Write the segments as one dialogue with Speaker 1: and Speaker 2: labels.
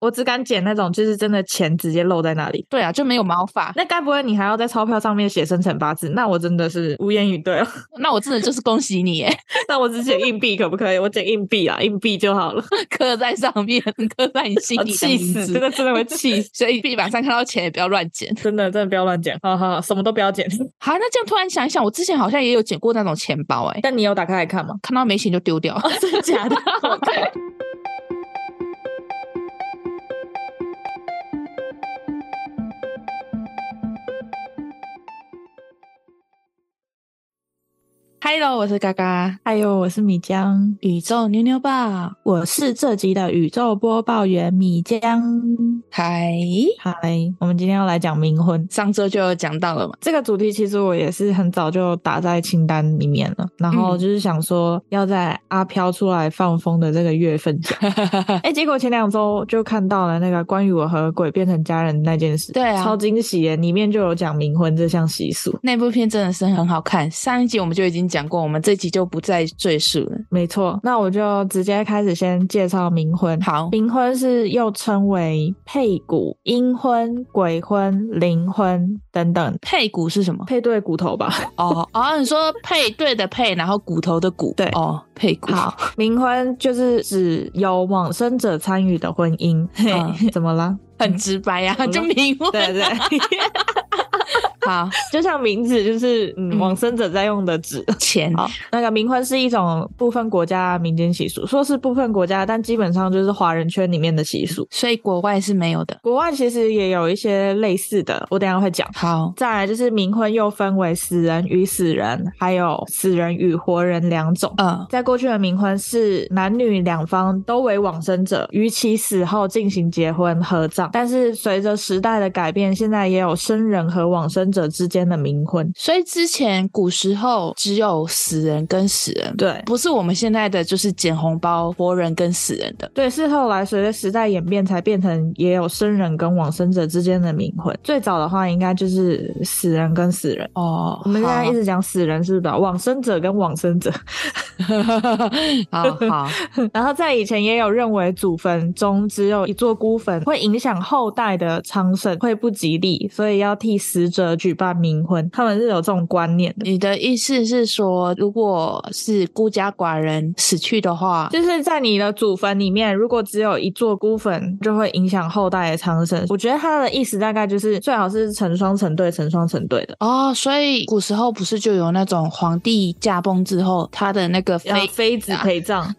Speaker 1: 我只敢捡那种就是真的钱直接露在那里。
Speaker 2: 对啊，就没有毛发。
Speaker 1: 那该不会你还要在钞票上面写生辰八字？那我真的是无言以对了。
Speaker 2: 那我真的就是恭喜你耶，
Speaker 1: 那我只捡硬币可不可以？我捡硬币啊，硬币就好了。
Speaker 2: 刻在上面，刻在你心
Speaker 1: 啊
Speaker 2: 里 的
Speaker 1: 气
Speaker 2: 名
Speaker 1: 死，
Speaker 2: 字
Speaker 1: 这个真的会气死。
Speaker 2: 所以地板上看到钱也不要乱捡。
Speaker 1: 真的，真的不要乱捡，好好好，什么都不要捡。
Speaker 2: 好，那这样突然想一想，我之前好像也有捡过那种钱包，哎，
Speaker 1: 但你有打开来看吗？
Speaker 2: 看到没钱就丢掉。
Speaker 1: 真的假的？OK。
Speaker 2: Hello，我是嘎嘎，
Speaker 1: 还有，我是米江，
Speaker 2: 宇宙妞妞吧。
Speaker 1: 我是这集的宇宙播报员米江。
Speaker 2: 嗨，
Speaker 1: 好嘞，我们今天要来讲冥婚。
Speaker 2: 上周就有讲到了嘛，
Speaker 1: 这个主题其实我也是很早就打在清单里面了，然后
Speaker 2: 嗯
Speaker 1: 就是想说要在阿飘出来放风的这个月份 讲。哎、结果前两周就看到了那个关于我和鬼变成家人那件事，
Speaker 2: 对啊
Speaker 1: 超惊喜耶！里面就有讲冥婚这项习俗，
Speaker 2: 那部片真的是很好看。上一集我们就已经讲过，我们这集就不再赘述了。
Speaker 1: 没错。那我就直接开始先介绍冥婚。
Speaker 2: 好，
Speaker 1: 冥婚是又称为配骨、阴婚、鬼婚、灵婚等等，
Speaker 2: 配骨是什么？
Speaker 1: 配对骨头吧。
Speaker 2: 哦哦，你说配对的配，然后骨头的骨，
Speaker 1: 对
Speaker 2: 哦，配骨。
Speaker 1: 好，冥婚就是指有往生者参与的婚姻。嘿，
Speaker 2: 嗯
Speaker 1: 怎么啦？
Speaker 2: 很直白呀、
Speaker 1: 好了
Speaker 2: 就明 问。
Speaker 1: 对对，
Speaker 2: 好，
Speaker 1: 就像名字就是嗯，
Speaker 2: 嗯
Speaker 1: 往生者在用的纸。
Speaker 2: 钱
Speaker 1: 好，那个冥婚是一种部分国家民间习俗，说是部分国家，但基本上就是华人圈里面的习俗。
Speaker 2: 所以国外是没有的。
Speaker 1: 国外其实也有一些类似的，我等一下会讲。
Speaker 2: 好，
Speaker 1: 再来就是冥婚又分为死人与死人，还有死人与活人两种。
Speaker 2: 嗯，
Speaker 1: 在过去的冥婚是男女两方都为往生者，于其死后进行结婚合葬。但是随着时代的改变，现在也有生人和往生者之间的冥婚。
Speaker 2: 所以之前古时候只有死人跟死人，
Speaker 1: 对
Speaker 2: 不是我们现在的就是捡红包活人跟死人的。
Speaker 1: 对，是后来随着时代演变，才变成也有生人跟往生者之间的冥婚。最早的话，应该就是死人跟死人。
Speaker 2: 哦，
Speaker 1: 我们现在
Speaker 2: 好
Speaker 1: 一直讲死人是不是？往生者跟往生者，
Speaker 2: 好好，
Speaker 1: 然后在以前也有认为祖坟中只有一座孤坟，会影响后代的昌盛，会不吉利，所以要替死者举办冥婚。他们是有这种观念的，
Speaker 2: 你的意思是说，如果是孤家寡人死去的话，
Speaker 1: 就是在你的祖坟里面，如果只有一座孤坟，就会影响后代的昌盛。我觉得他的意思大概就是最好是成双成对，成双成对的。
Speaker 2: 哦，所以古时候不是就有那种皇帝驾崩之后，他的那个
Speaker 1: 要
Speaker 2: 妃
Speaker 1: 妃子陪葬，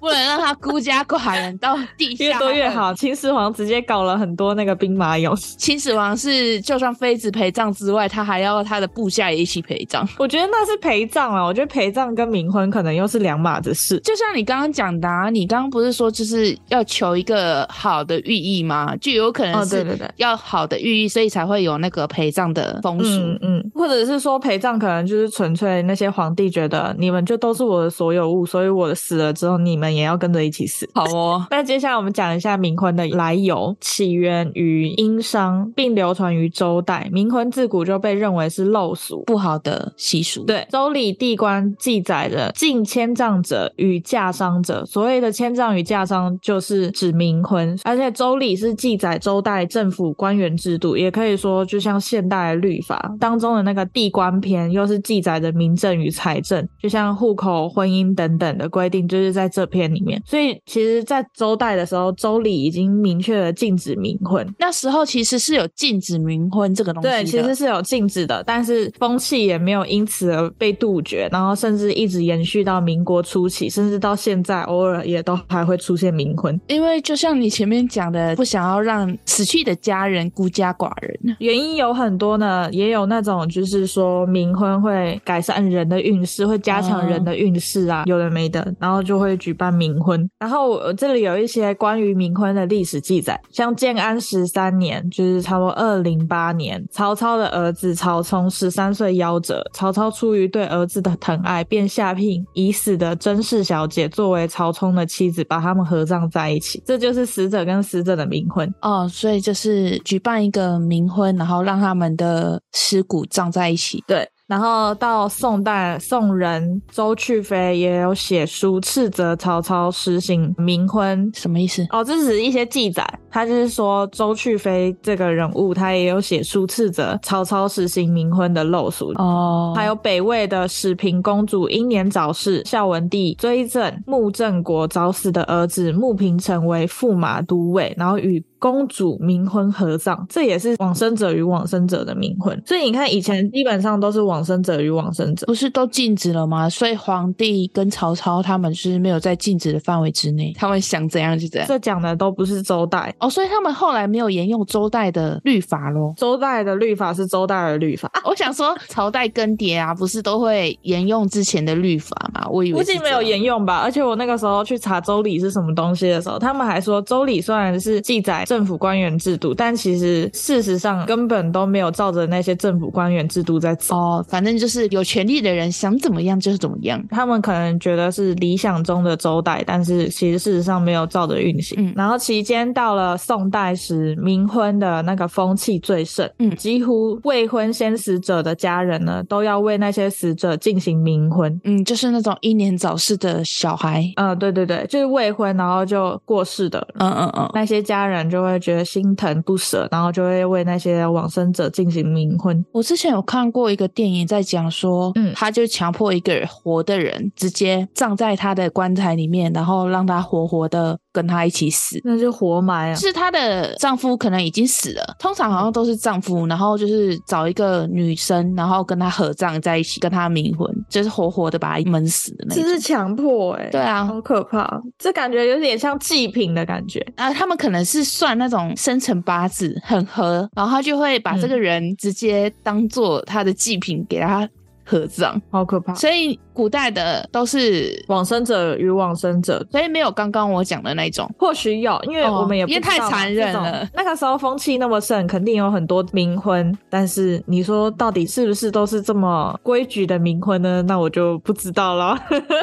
Speaker 2: 不能让他孤家寡人到地下，
Speaker 1: 越多越。 好。秦始皇直接搞了很多那个兵马俑，
Speaker 2: 秦始皇是就算妃子陪葬之外，他还要他的部下也一起陪葬。
Speaker 1: 我觉得那是陪葬啊。我觉得陪葬跟冥婚可能又是两码子事。
Speaker 2: 就像你刚刚讲的、啊，你刚刚不是说就是要求一个好的寓意吗？就有可能
Speaker 1: 哦对对
Speaker 2: 是
Speaker 1: 对
Speaker 2: 要好的寓意，所以才会有那个陪葬的风俗。
Speaker 1: 嗯嗯，或者是说陪葬可能就是纯粹那些皇帝觉得你们就都是我的所有物，所以我死了之后你们也要跟着一起死。
Speaker 2: 好哦，
Speaker 1: 那接下来我们讲一下冥婚的来由，起源于殷商，并流传于周代。冥婚自古就被认为是陋俗。
Speaker 2: 不好的习俗。，
Speaker 1: 对，《周礼地官》记载着近迁葬者与嫁商者。所谓的迁葬与嫁商，就是指冥婚。而且《周礼》是记载周代政府官员制度，也可以说就像现代律法当中的那个地官篇，又是记载着民政与财政，就像户口、婚姻等等的规定，就是在这篇里面。所以，其实，在周代的时候，《周礼》已经明确的禁止冥婚。
Speaker 2: 那时候其实是有禁止冥婚这个东西的。
Speaker 1: 对，其实是有禁止的，但是风气也没有因此而被杜绝，然后甚至一直延续到民国初期，甚至到现在，偶尔也都还会出现冥婚。
Speaker 2: 因为就像你前面讲的，不想要让死去的家人孤家寡人。
Speaker 1: 原因有很多呢，也有那种就是说冥婚会改善人的运势，会加强人的运势啊，有的没的，然后就会举办冥婚。然后我这里有一些关于冥婚的历史记载，像建安十三年，就是差不多二零八年，曹操的儿子曹冲十三岁夭折，曹操出于对儿子的疼爱，便下聘已死的甄氏小姐作为曹冲的妻子，把他们合葬在一起，这就是死者跟死者的冥婚。
Speaker 2: 哦，所以就是举办一个冥婚，然后让他们的尸骨葬在一起。
Speaker 1: 对，然后到宋代，宋人周去非也有写书斥责曹操实行冥婚。
Speaker 2: 什么意思？
Speaker 1: 哦，这只是一些记载，他就是说周去非这个人物，他也有写书斥责曹操实行冥婚的陋俗。
Speaker 2: 哦，
Speaker 1: 还有北魏的始平公主英年早逝，孝文帝追赠穆正国早死的儿子穆平成为驸马都尉，然后与公主冥婚合葬，这也是往生者与往生者的冥婚。所以你看，以前基本上都是往生者与往生者。
Speaker 2: 不是都禁止了吗？所以皇帝跟曹操他们是没有在禁止的范围之内，他们想怎样就怎样。
Speaker 1: 这讲的都不是周代，
Speaker 2: 哦，所以他们后来没有沿用周代的律法咯。
Speaker 1: 周代的律法是周代的律法，
Speaker 2: 我想说，朝代更迭啊，不是都会沿用之前的律法吗？我以
Speaker 1: 估
Speaker 2: 为是
Speaker 1: 计
Speaker 2: 这
Speaker 1: 没有
Speaker 2: 样
Speaker 1: 沿用吧。而且我那个时候去查周礼是什么东西的时候，他们还说周礼虽然是记载政府官员制度，但其实事实上根本都没有照着那些政府官员制度在走。
Speaker 2: 哦，反正就是有权利的人想怎么样就是怎么样。
Speaker 1: 他们可能觉得是理想中的周代，但是其实事实上没有照着运行。
Speaker 2: 嗯
Speaker 1: 然后期间到了宋代时，冥婚的那个风气最盛，
Speaker 2: 嗯
Speaker 1: 几乎未婚先死者的家人呢，都要为那些死者进行冥婚。
Speaker 2: 嗯，就是那种英年早逝的小孩。
Speaker 1: 嗯、对对对，就是未婚然后就过世的
Speaker 2: 嗯嗯嗯，
Speaker 1: 那些家人就会觉得心疼不舍，然后就会为那些往生者进行冥婚。
Speaker 2: 我之前有看过一个电影，在讲说，
Speaker 1: 嗯
Speaker 2: 他就强迫一个活的人直接葬在他的棺材里面，然后让他活活的跟他一起死。
Speaker 1: 那就活埋啊！
Speaker 2: 是她的丈夫可能已经死了，通常好像都是丈夫，然后就是找一个女生，然后跟她合葬在一起，跟她冥婚，就是活活的把她闷死的那
Speaker 1: 这
Speaker 2: 种。
Speaker 1: 是强迫哎、
Speaker 2: 对啊，
Speaker 1: 好可怕！这感觉有点像祭品的感觉。
Speaker 2: 啊，他们可能是算那种生辰八字很合，然后他就会
Speaker 1: 嗯
Speaker 2: 把这个人直接当做他的祭品给他合葬，
Speaker 1: 好可怕！
Speaker 2: 所以古代的都是，
Speaker 1: 往生者与往生者
Speaker 2: 所以没有刚刚我讲的那种。
Speaker 1: 或许有，因为
Speaker 2: 哦
Speaker 1: 我们也不
Speaker 2: 因为
Speaker 1: 知道
Speaker 2: 太
Speaker 1: 嘛
Speaker 2: 残忍
Speaker 1: 这种
Speaker 2: 了
Speaker 1: 那个时候风气那么盛，肯定有很多冥婚，但是你说到底是不是都是这么规矩的冥婚呢？那我就不知道了。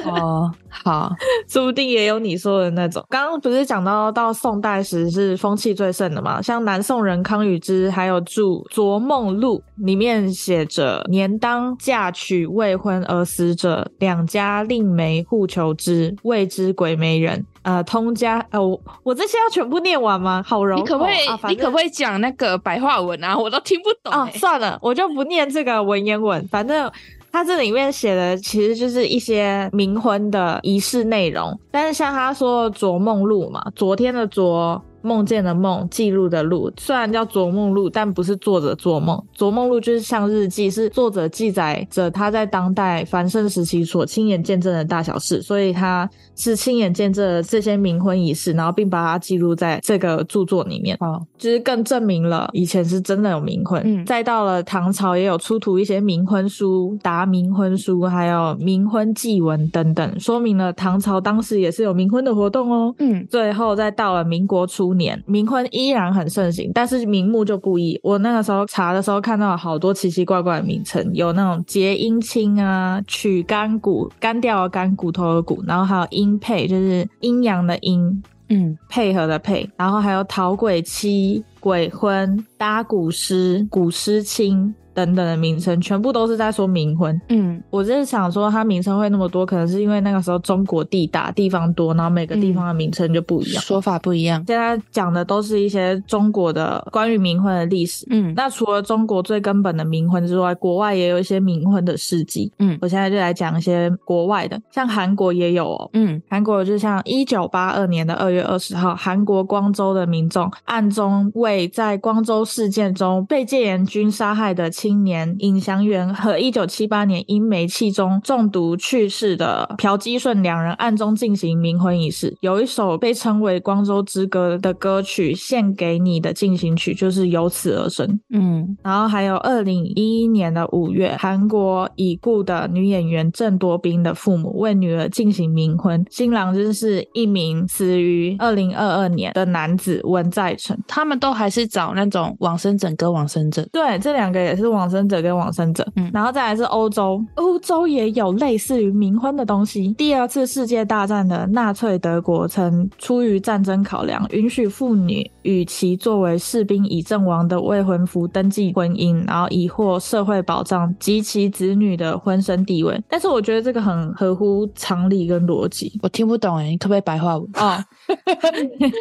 Speaker 2: 哦， 好，
Speaker 1: 说不定也有你说的那种。刚刚不是讲到到宋代时是风气最盛的嘛？像南宋人康与之，还有著《昨梦录》，里面写着：“年当嫁娶未婚而死者，两家令媒互求之，谓之鬼媒人。”呃，通家，呃，我我这些要全部念完吗？好柔，
Speaker 2: 你可不可以，
Speaker 1: 啊、反
Speaker 2: 你
Speaker 1: 正
Speaker 2: 可不可以讲那个白话文啊？我都听不懂、
Speaker 1: 哦，
Speaker 2: 欸
Speaker 1: 算了，我就不念这个文言文，反正。它这里面写的其实就是一些冥婚的仪式内容，但是像他说《昨梦录》嘛，昨天的昨，梦见的梦，记录的录，虽然叫《昨梦录》，但不是作者做梦，《昨梦录》就是像日记，是作者记载着他在当代繁盛时期所亲眼见证的大小事，所以他是亲眼见证了这些冥婚仪式，然后并把它记录在这个著作里面。
Speaker 2: 好，
Speaker 1: 就是更证明了以前是真的有冥婚。
Speaker 2: 嗯
Speaker 1: 再到了唐朝，也有出土一些冥婚书、答冥婚书，还有冥婚祭文等等，说明了唐朝当时也是有冥婚的活动哦。
Speaker 2: 嗯，
Speaker 1: 最后再到了民国初年，冥婚依然很盛行，但是名目就不一。我那个时候查的时候，看到了好多奇奇怪怪的名称，有那种结阴亲啊、取干骨、干掉的干、骨头的骨，然后还有阴配，就是阴阳的阴，
Speaker 2: 嗯，
Speaker 1: 配合的配，然后还有讨鬼妻、鬼婚、搭古诗、古诗亲等等的名称，全部都是在说冥婚。
Speaker 2: 嗯，
Speaker 1: 我就是想说，它名称会那么多，可能是因为那个时候中国地大，地方多，然后每个地方的名称就不一样。
Speaker 2: 说法不一样。
Speaker 1: 现在讲的都是一些中国的关于冥婚的历史。
Speaker 2: 嗯，
Speaker 1: 那除了中国最根本的冥婚之外，国外也有一些冥婚的事迹。
Speaker 2: 嗯
Speaker 1: 我现在就来讲一些国外的，像韩国也有哦。
Speaker 2: 嗯，
Speaker 1: 韩国就像一九八二年的二月二十号，韩国光州的民众暗中为在光州事件中被戒严军杀害的青年尹祥元和一九七八年因煤气中中毒去世的朴基顺两人暗中进行冥婚仪式。有一首被称为《光州之歌》的歌曲《献给你的进行曲》就是由此而生。
Speaker 2: 嗯，
Speaker 1: 然后还有二零一一年的五月，韩国已故的女演员郑多彬的父母为女儿进行冥婚，新郎就是一名死于二零二二年的男子文在成。
Speaker 2: 他们都还是找那种往生者跟往生者。
Speaker 1: 对，这两个也是往生者跟往生者，
Speaker 2: 嗯
Speaker 1: 然后再来是欧洲，欧洲也有类似于冥婚的东西。第二次世界大战的纳粹德国曾出于战争考量，允许妇女与其作为士兵已阵亡的未婚夫登记婚姻，然后以获社会保障及其子女的婚生地位。但是我觉得这个很合乎常理跟逻辑。
Speaker 2: 我听不懂哎，你可不可以白话 文？
Speaker 1: 哦，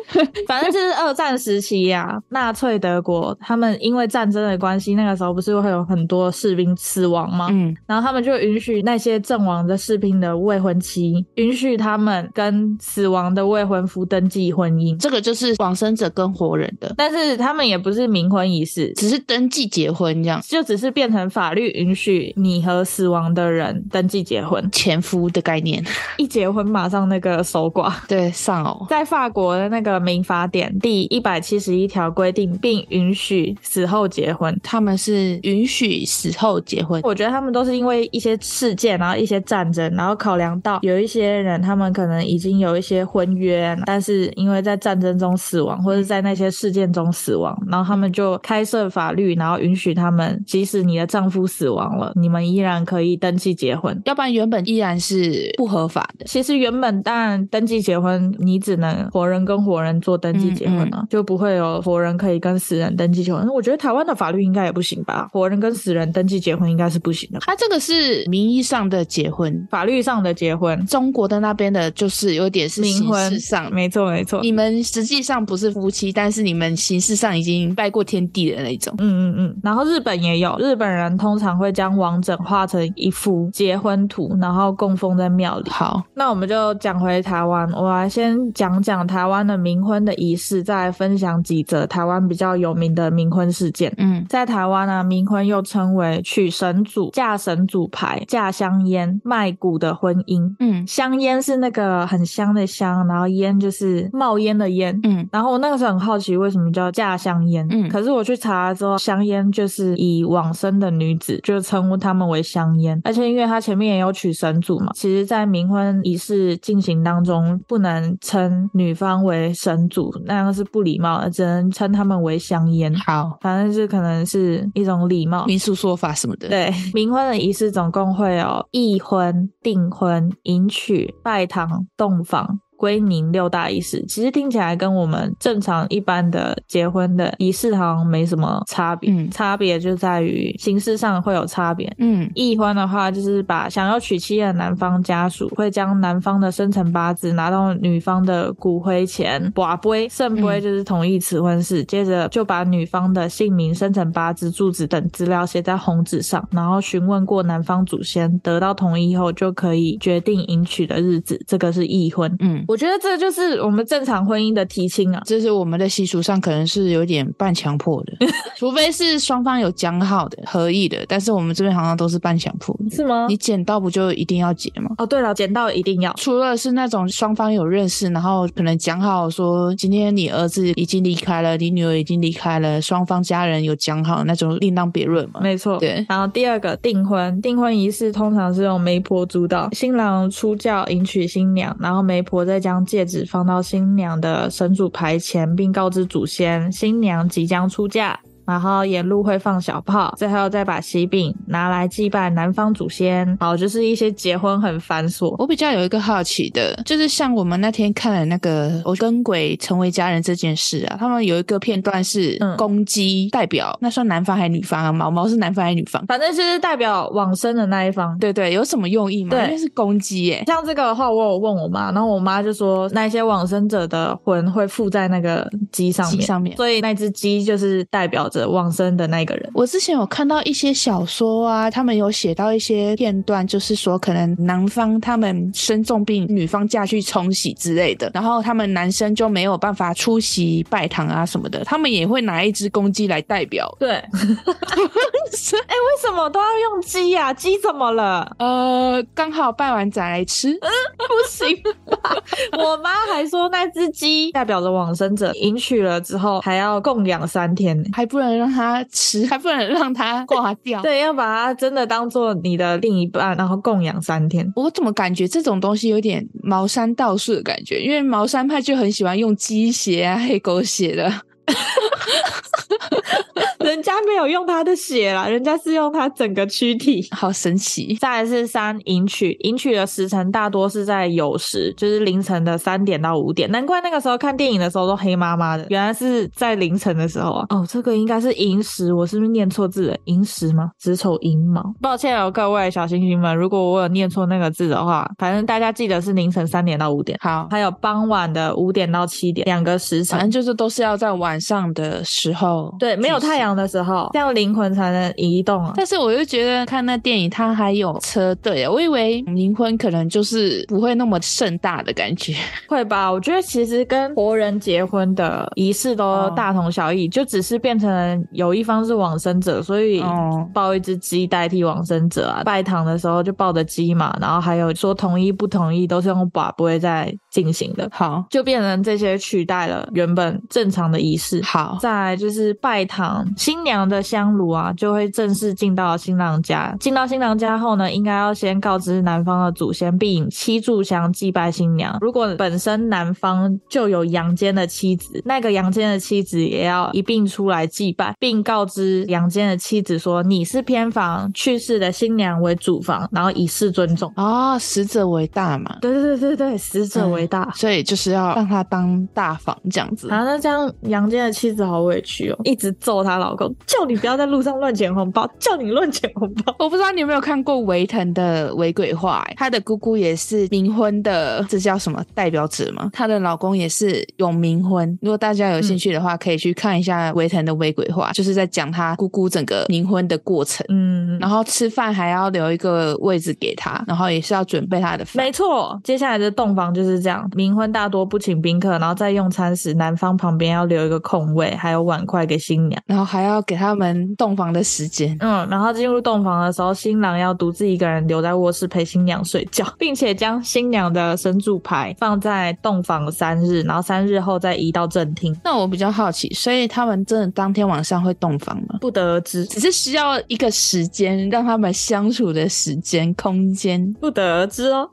Speaker 1: 反正就是二战时期呀、纳粹德国他们因为战争的关系，那个时候不是会有很多士兵死亡吗？
Speaker 2: 嗯，
Speaker 1: 然后他们就允许那些阵亡的士兵的未婚妻，允许他们跟死亡的未婚夫登记婚姻，
Speaker 2: 这个就是往生者跟活人的，
Speaker 1: 但是他们也不是冥婚仪式。
Speaker 2: 只是登记结婚这样，
Speaker 1: 就只是变成法律允许你和死亡的人登记结婚，
Speaker 2: 前夫的概念。
Speaker 1: 一结婚马上那个守寡，
Speaker 2: 对，丧偶。
Speaker 1: 在法国的那个民法典第一百七十一条规定，并允许死后结婚。
Speaker 2: 他们是允许死后结婚，
Speaker 1: 我觉得他们都是因为一些事件，然后一些战争，然后考量到有一些人他们可能已经有一些婚约，但是因为在战争中死亡，或者在那些事件中死亡，然后他们就开设法律，然后允许他们，即使你的丈夫死亡了，你们依然可以登记结婚。
Speaker 2: 要不然原本依然是不合法的。
Speaker 1: 其实原本当然登记结婚，你只能活人跟活人做登记结婚
Speaker 2: 嗯
Speaker 1: 啊，就不会有活人可以跟死人登记结婚。我觉得台湾的法律应该也不行吧，活人跟死人登记结婚应该是不行的吧，
Speaker 2: 他这个是名义上的结婚，
Speaker 1: 法律上的结婚，
Speaker 2: 中国的那边的就是有点是
Speaker 1: 冥
Speaker 2: 形
Speaker 1: 婚
Speaker 2: 式上嗯的。
Speaker 1: 没错没错，
Speaker 2: 你们实际上不是夫妻，但是你们形式上已经拜过天地的那种。
Speaker 1: 嗯嗯嗯，然后日本也有，日本人通常会将亡者画成一幅结婚图，然后供奉在庙里。
Speaker 2: 好，
Speaker 1: 那我们就讲回台湾，我来先讲讲台湾的冥婚的仪式，再来分享几则台湾比较有名的冥婚事件。
Speaker 2: 嗯，
Speaker 1: 在台湾呢、冥婚又称为娶神主、嫁神主牌、嫁香烟、卖骨的婚姻。
Speaker 2: 嗯
Speaker 1: 香烟是那个很香的香，然后烟就是冒烟的烟。
Speaker 2: 嗯，
Speaker 1: 然后我那个时候很好奇为什么叫嫁香烟，
Speaker 2: 嗯
Speaker 1: 可是我去查了之后，香烟就是以往生的女子就称呼她们为香烟，而且因为她前面也有娶神主嘛，其实在冥婚仪式进行当中不能称女方为神主，那样是不礼貌的，只能称她们为香烟。
Speaker 2: 好，
Speaker 1: 反正是可能是一种礼貌。
Speaker 2: 民俗说法什么的。，
Speaker 1: 对，冥婚的仪式总共会有议婚、订婚、迎娶、拜堂、洞房。归宁六大仪式，其实听起来跟我们正常一般的结婚的仪式好像没什么差别，
Speaker 2: 嗯
Speaker 1: 差别就在于形式上会有差别。
Speaker 2: 嗯
Speaker 1: 议婚的话，就是把想要娶妻的男方家属会将男方的生辰八字拿到女方的骨灰前，寡杯、圣杯
Speaker 2: 嗯
Speaker 1: 就是同意此婚事，接着就把女方的姓名、生辰八字、住址等资料写在红纸上，然后询问过男方祖先，得到同意后就可以决定迎娶的日子，这个是议婚。
Speaker 2: 嗯，
Speaker 1: 我觉得这就是我们正常婚姻的提亲啊，
Speaker 2: 这是我们的习俗上可能是有点半强迫 的，除非是双方有讲好的、合意的，但是我们这边好像都是半强迫的。
Speaker 1: 是吗
Speaker 2: 你？捡到不就一定要结吗？
Speaker 1: 哦，对了，捡到一定要。
Speaker 2: 除了是那种双方有认识，然后可能讲好说今天你儿子已经离开了，你女儿已经离开了，双方家人有讲好那种，另当别论嘛。
Speaker 1: 没错，
Speaker 2: 对
Speaker 1: 然后第二个订婚，订婚仪式通常是用媒婆主导，新郎出轿迎娶新娘，然后媒婆再将戒指放到新娘的神主牌前，并告知祖先新娘即将出嫁。然后沿路会放小炮，最后再把喜饼拿来祭拜男方祖先。好，就是一些结婚很繁琐，
Speaker 2: 我比较有一个好奇的，就是像我们那天看了那个我跟鬼成为家人这件事啊，他们有一个片段是
Speaker 1: 嗯
Speaker 2: 公鸡代表，那算男方还是女方啊？毛毛是男方还是女方？
Speaker 1: 反正就是代表往生的那一方。
Speaker 2: 对对，有什么用意吗？
Speaker 1: 对
Speaker 2: 因为是公鸡耶、
Speaker 1: 像这个的话，我有问我妈，然后我妈就说那些往生者的魂会附在那个鸡上
Speaker 2: 鸡
Speaker 1: 面，
Speaker 2: 上面。
Speaker 1: 所以那只鸡就是代表着往生的那个人。
Speaker 2: 我之前有看到一些小说啊，他们有写到一些片段，就是说可能男方他们生重病，女方嫁去冲喜之类的，然后他们男生就没有办法出席拜堂啊什么的，他们也会拿一只公鸡来代表。
Speaker 1: 对， 哎、为什么都要用鸡呀、鸡怎么了？
Speaker 2: 呃，刚好拜完再来吃，
Speaker 1: 不行吧？ 我妈还说那只鸡代表着往生者，迎娶了之后还要供养三天呢。
Speaker 2: 还不能让他吃，还不能让他挂掉。
Speaker 1: 对，要把它真的当做你的另一半，然后供养三天。
Speaker 2: 我怎么感觉这种东西有点茅山道士的感觉？因为茅山派就很喜欢用鸡血啊、黑狗血的。
Speaker 1: 人家没有用他的血啦，人家是用他整个躯体。
Speaker 2: 好神奇。
Speaker 1: 再来是三迎娶，迎娶的时辰大多是在酉时，就是凌晨的三点到五点。难怪那个时候看电影的时候都黑麻麻的，原来是在凌晨的时候啊。哦，这个应该是寅时，我是不是念错字了？寅时吗？子丑寅卯。抱歉哦，各位小星星们，如果我有念错那个字的话，反正大家记得是凌晨三点到五点，
Speaker 2: 好，
Speaker 1: 还有傍晚的五点到七点两个时辰
Speaker 2: 反。正就是都是要在晚上的时候，
Speaker 1: 对，没有太。阳的时 候，这样灵魂才能移动啊。
Speaker 2: 但是我就觉得看那电影，它还有车队，啊我以为冥婚可能就是不会那么盛大的感觉。
Speaker 1: 会吧？我觉得其实跟活人结婚的仪式都
Speaker 2: 哦
Speaker 1: 大同小异，就只是变成有一方是往生者，所以
Speaker 2: 哦
Speaker 1: 抱一只鸡代替往生者啊。拜堂的时候就抱着鸡嘛，然后还有说同意不同意都是用把不会再进行的，
Speaker 2: 好，
Speaker 1: 就变成这些取代了原本正常的仪式。
Speaker 2: 好，
Speaker 1: 再来就是拜堂，新娘的香炉啊，就会正式进到新郎家。进到新郎家后呢，应该要先告知男方的祖先，并以七炷香祭拜新娘。如果本身男方就有阳间的妻子，那个阳间的妻子也要一并出来祭拜，并告知阳间的妻子说：“你是偏房，去世的新娘为主房，然后以示尊重。”
Speaker 2: 哦，死者为大嘛，
Speaker 1: 对对对对对，死者为大。
Speaker 2: 所以就是要让他当大房这样子。
Speaker 1: 啊，那这样杨坚的妻子好委屈哦，一直揍她老公，叫你不要在路上乱捡红包，叫你乱捡红包。
Speaker 2: 我不知道你有没有看过维腾的《伪鬼话》欸，她的姑姑也是冥婚的，这叫什么代表者吗？她的老公也是有冥婚。如果大家有兴趣的话，可以去看一下维腾的《伪鬼话》，就是在讲她姑姑整个冥婚的过程。
Speaker 1: 嗯，
Speaker 2: 然后吃饭还要留一个位置给她，然后也是要准备她的饭。
Speaker 1: 没错，接下来的洞房就是这样，冥婚大多不请宾客，然后在用餐时，男方旁边要留一个空位，还有碗筷给新娘。
Speaker 2: 然后还要给他们洞房的时间，
Speaker 1: 嗯，然后进入洞房的时候，新郎要独自一个人留在卧室陪新娘睡觉，并且将新娘的神主牌放在洞房三日，然后三日后再移到正厅，
Speaker 2: 那我比较好奇，所以他们真的当天晚上会洞房吗？
Speaker 1: 不得而知。
Speaker 2: 只是需要一个时间让他们相处的时间、空间。
Speaker 1: 不得而知哦。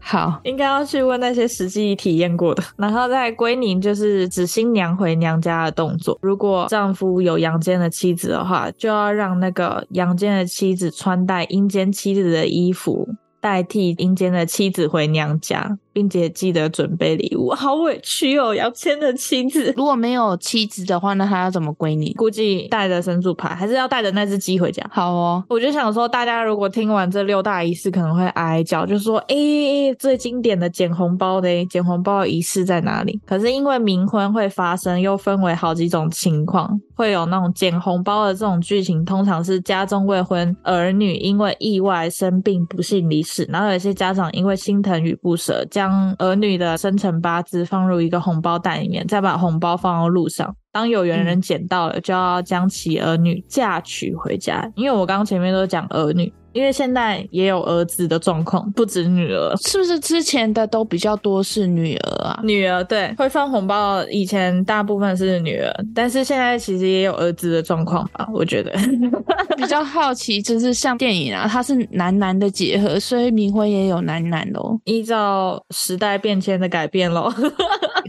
Speaker 2: 好，
Speaker 1: 应该要去问那些实际体验过的。然后在归宁，就是指新娘回娘家的动作。如果丈夫有阳间的妻子的话，就要让那个阳间的妻子穿戴阴间妻子的衣服。代替阴间的妻子回娘家，并且记得准备礼物。好委屈哦，杨千的妻子
Speaker 2: 如果没有妻子的话，那他要怎么归你？
Speaker 1: 估计带着神主牌，还是要带着那只鸡回家。
Speaker 2: 好哦，
Speaker 1: 我就想说，大家如果听完这六大仪式，可能会哀叫，就说：“诶、最经典的捡红包的捡红包的仪式在哪里？”可是因为冥婚会发生，又分为好几种情况，会有那种捡红包的这种剧情，通常是家中未婚儿女因为意外生病不幸离世，然后有一些家长因为心疼与不舍，将儿女的生辰八字放入一个红包袋里面，再把红包放到路上。当有缘人捡到了，就要将其儿女嫁娶回家。因为我刚刚前面都讲儿女，因为现在也有儿子的状况，不止女儿。
Speaker 2: 是不是之前的都比较多是女儿 啊？
Speaker 1: 女儿对会放红包，以前大部分是女儿，但是现在其实也有儿子的状况吧？我觉得
Speaker 2: 比较好奇，就是像电影啊，它是男男的结合，所以冥婚也有男男哦 咯。
Speaker 1: 依照时代变迁的改变咯。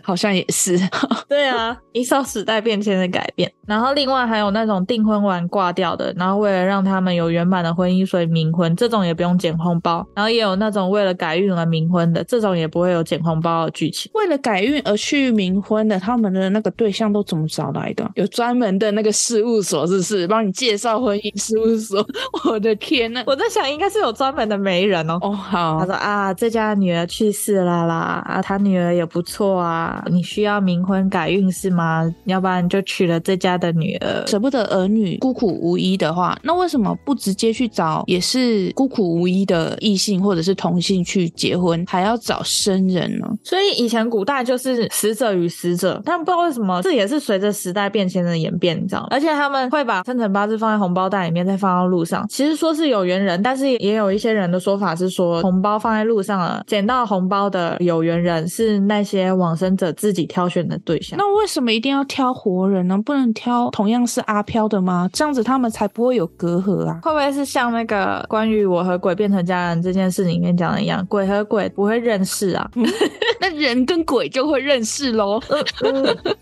Speaker 2: 好像也 是。
Speaker 1: 对啊，依照时代变迁的改变。然后另外还有那种订婚完挂掉的，然后为了让他们有圆满的婚姻，所以冥婚，这种也不用捡红包。然后也有那种为了改运而冥婚的，这种也不会有捡红包的剧情。
Speaker 2: 为了改运而去冥婚的，他们的那个对象都怎么找来的？有专门的那个事务所，是不是帮你介绍婚姻事务所？ 我的天呐、
Speaker 1: 我在想，应该是有专门的媒人哦。
Speaker 2: 哦，好
Speaker 1: 他，说啊，这家女儿去世啦啦，啊，他女儿也不错啊。你需要冥婚改运是吗？要不然就娶了这家的女儿。
Speaker 2: 舍不得儿女孤苦无依的话，那为什么不直接去找也是孤苦无依的异性或者是同性去结婚，还要找生人呢？
Speaker 1: 所以以前古代就是死者与死者，但不知道为什么这也是随着时代变迁的演变，你知道吗？而且他们会把生辰八字放在红包袋里面，再放到路上。其实说是有缘人，但是也有一些人的说法是说，红包放在路上了，捡到红包的有缘人是那些往生者自己挑选的对象。
Speaker 2: 那为什么一定要挑活人呢？不能挑同样是阿飘的吗？这样子他们才不会有隔阂啊。
Speaker 1: 会不会是像那个关于我和鬼变成家人这件事里面讲的一样，鬼和鬼不会认识啊？
Speaker 2: 那人跟 鬼就会认识喽。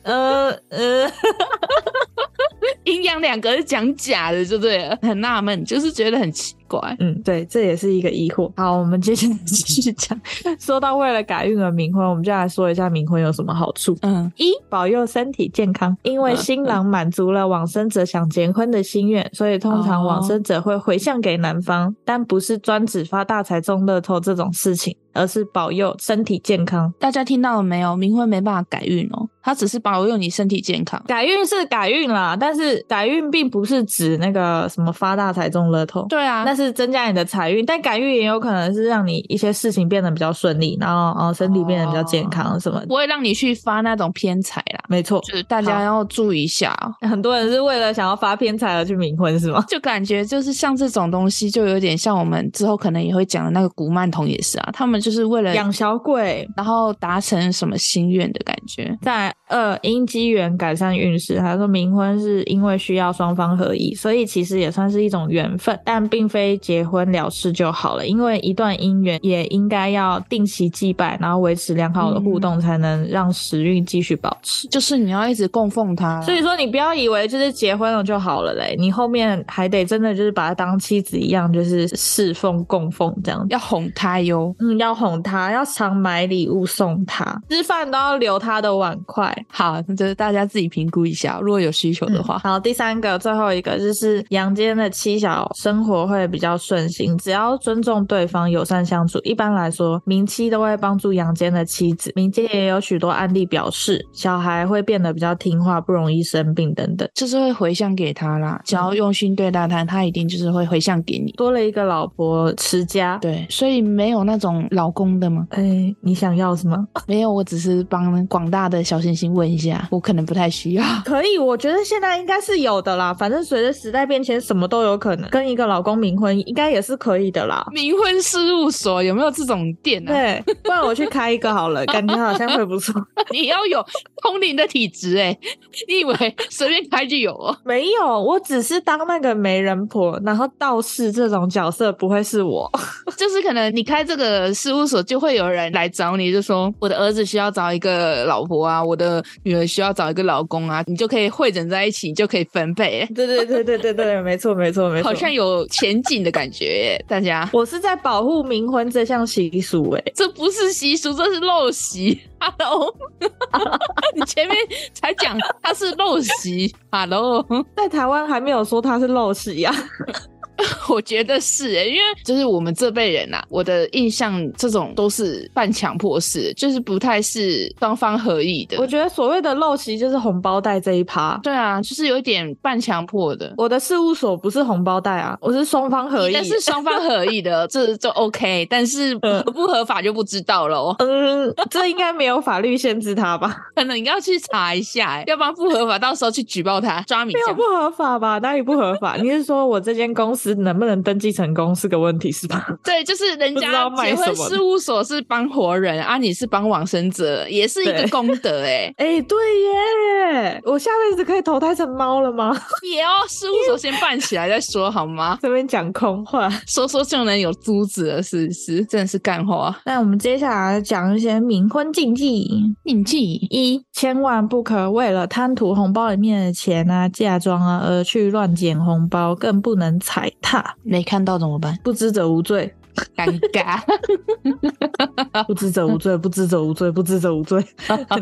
Speaker 1: 呃呃，
Speaker 2: 阴阳两个是讲假的，就对了， 很纳闷，就是觉得很奇怪。
Speaker 1: 嗯，对，这也是一个疑惑。好，我们接下来 继续讲。说到为了改运而冥婚，我们就来说一下冥婚有什么好处。
Speaker 2: 嗯，
Speaker 1: 一、保佑身体健康，因为新郎满足了往生者想结婚的心愿，所以通常
Speaker 2: 哦
Speaker 1: 往生者会回向给男方，但不是专指发大财中乐透这种事情，而是保佑身体健康。
Speaker 2: 大家听到了没有？冥婚没办法改运哦，它只是保佑你身体健康。
Speaker 1: 改运是改运啦，但是改运并不是指那个什么发大财中乐透。
Speaker 2: 对啊，
Speaker 1: 那是增加你的财运，但改运也有可能是让你一些事情变得比较顺利，然后哦身体变得比较健康什么的。
Speaker 2: 不会让你去发那种偏财啦，
Speaker 1: 没错，
Speaker 2: 就是大家
Speaker 1: 好
Speaker 2: 要注意一下哦。
Speaker 1: 很多人是为了想要发偏财而去冥婚，是吗？
Speaker 2: 就感觉就是像这种东西，就有点像我们之后可能也会讲的那个古曼童也是啊，他们就是为了
Speaker 1: 养小鬼。
Speaker 2: 然后达成什么心愿的感觉。
Speaker 1: 在二因机缘改善运势，他说冥婚是因为需要双方合意，所以其实也算是一种缘分，但并非结婚了事就好了。因为一段姻缘也应该要定期祭拜，然后维持良好的互动，才能让时运继续保持。
Speaker 2: 就是你要一直供奉他，
Speaker 1: 所以说，你不要以为就是结婚了就好了嘞，你后面还得真的就是把她当妻子一样，就是侍奉供奉这样子。
Speaker 2: 要哄他哟。
Speaker 1: 嗯，要哄她，要常买礼物送她，吃饭都要留她的碗筷。
Speaker 2: 好，那就是大家自己评估一下，如果有需求的话。
Speaker 1: 好，第三个，最后一个就是阳间的妻小生活会比较顺心，只要尊重对方，友善相处。一般来说，明妻都会帮助阳间的妻子。民间也有许多案例表示，小孩会变得比较听话，不容易生病等等。
Speaker 2: 就是会回向给他啦，只
Speaker 1: 嗯
Speaker 2: 要用心对待他，他一定就是会回向给你。
Speaker 1: 多了一个老婆持家，
Speaker 2: 对，所以没有那种老公的吗？
Speaker 1: 哎、你想要什么？
Speaker 2: 没有，我只是帮广大的小星星问一下，我可能不太需要。
Speaker 1: 可以，我觉得现在应该是有的啦。反正随着时代变迁，什么都有可能。跟一个老公冥婚应该也是可以的啦。
Speaker 2: 冥婚事务所有没有这种店啊？
Speaker 1: 对，不然我去开一个好了，感觉好像会不错。
Speaker 2: 你要有通灵的体质哎、你以为随便开就有哦？
Speaker 1: 没有，我只是当那个媒人婆，然后道士这种角色不会是我。
Speaker 2: 就是可能你开这个事务所，就会有人来找你，就说我的儿子需要找一个老婆啊，我的女儿需要找一个老公啊，你就可以汇整在一起，你就可以分配、欸，
Speaker 1: 对对对对对对，没错没错没错。
Speaker 2: 好像有前景的感觉、欸，大家。
Speaker 1: 我是在保护冥婚这项习俗欸诶、
Speaker 2: 这不是习俗，这是陋习。Hello，你前面才讲它是陋习。Hello，
Speaker 1: 在台湾还没有说它是陋习啊呀、
Speaker 2: 我觉得是、欸，因为就是我们这辈人啊，我的印象这种都是半强迫式，就是不太是双方合意的。
Speaker 1: 我觉得所谓的陋习就是红包袋这一趴。
Speaker 2: 对啊，就是有一点半强迫的。
Speaker 1: 我的事务所不是红包袋啊，我是双方合意。
Speaker 2: 但是双方合意的，这 就 OK，但是合不合法就不知道了哦。
Speaker 1: 嗯，这应该没有法律限制它吧？
Speaker 2: 可能你要去查一下、欸，要不然不合法，到时候去举报他，抓米
Speaker 1: 没有
Speaker 2: 酱
Speaker 1: 不。合法吧？哪里不合法？你是说我这间公司能不能登记成功是个问题是吧？
Speaker 2: 对，就是人
Speaker 1: 不知道
Speaker 2: 家
Speaker 1: 卖什
Speaker 2: 结婚
Speaker 1: 么的
Speaker 2: 事务所是帮活人啊，你是帮往生者，也是一个
Speaker 1: 对
Speaker 2: 功德 哎、
Speaker 1: 哎、对耶！我下辈子可以投胎成猫了吗？
Speaker 2: 也要事务所先办起来再说好吗？
Speaker 1: 这边讲空话。
Speaker 2: 说说就能有珠子了，是不是？真的是干话。
Speaker 1: 那我们接下来讲一些冥婚禁忌：
Speaker 2: 印记
Speaker 1: 一、千万不可为了贪图红包里面的钱啊、嫁妆啊而去乱捡红包，更不能踩踏，
Speaker 2: 没看到怎么办？
Speaker 1: 不知者无罪，
Speaker 2: 尴尬。
Speaker 1: 不知者无罪，不知者无罪，不知者无罪，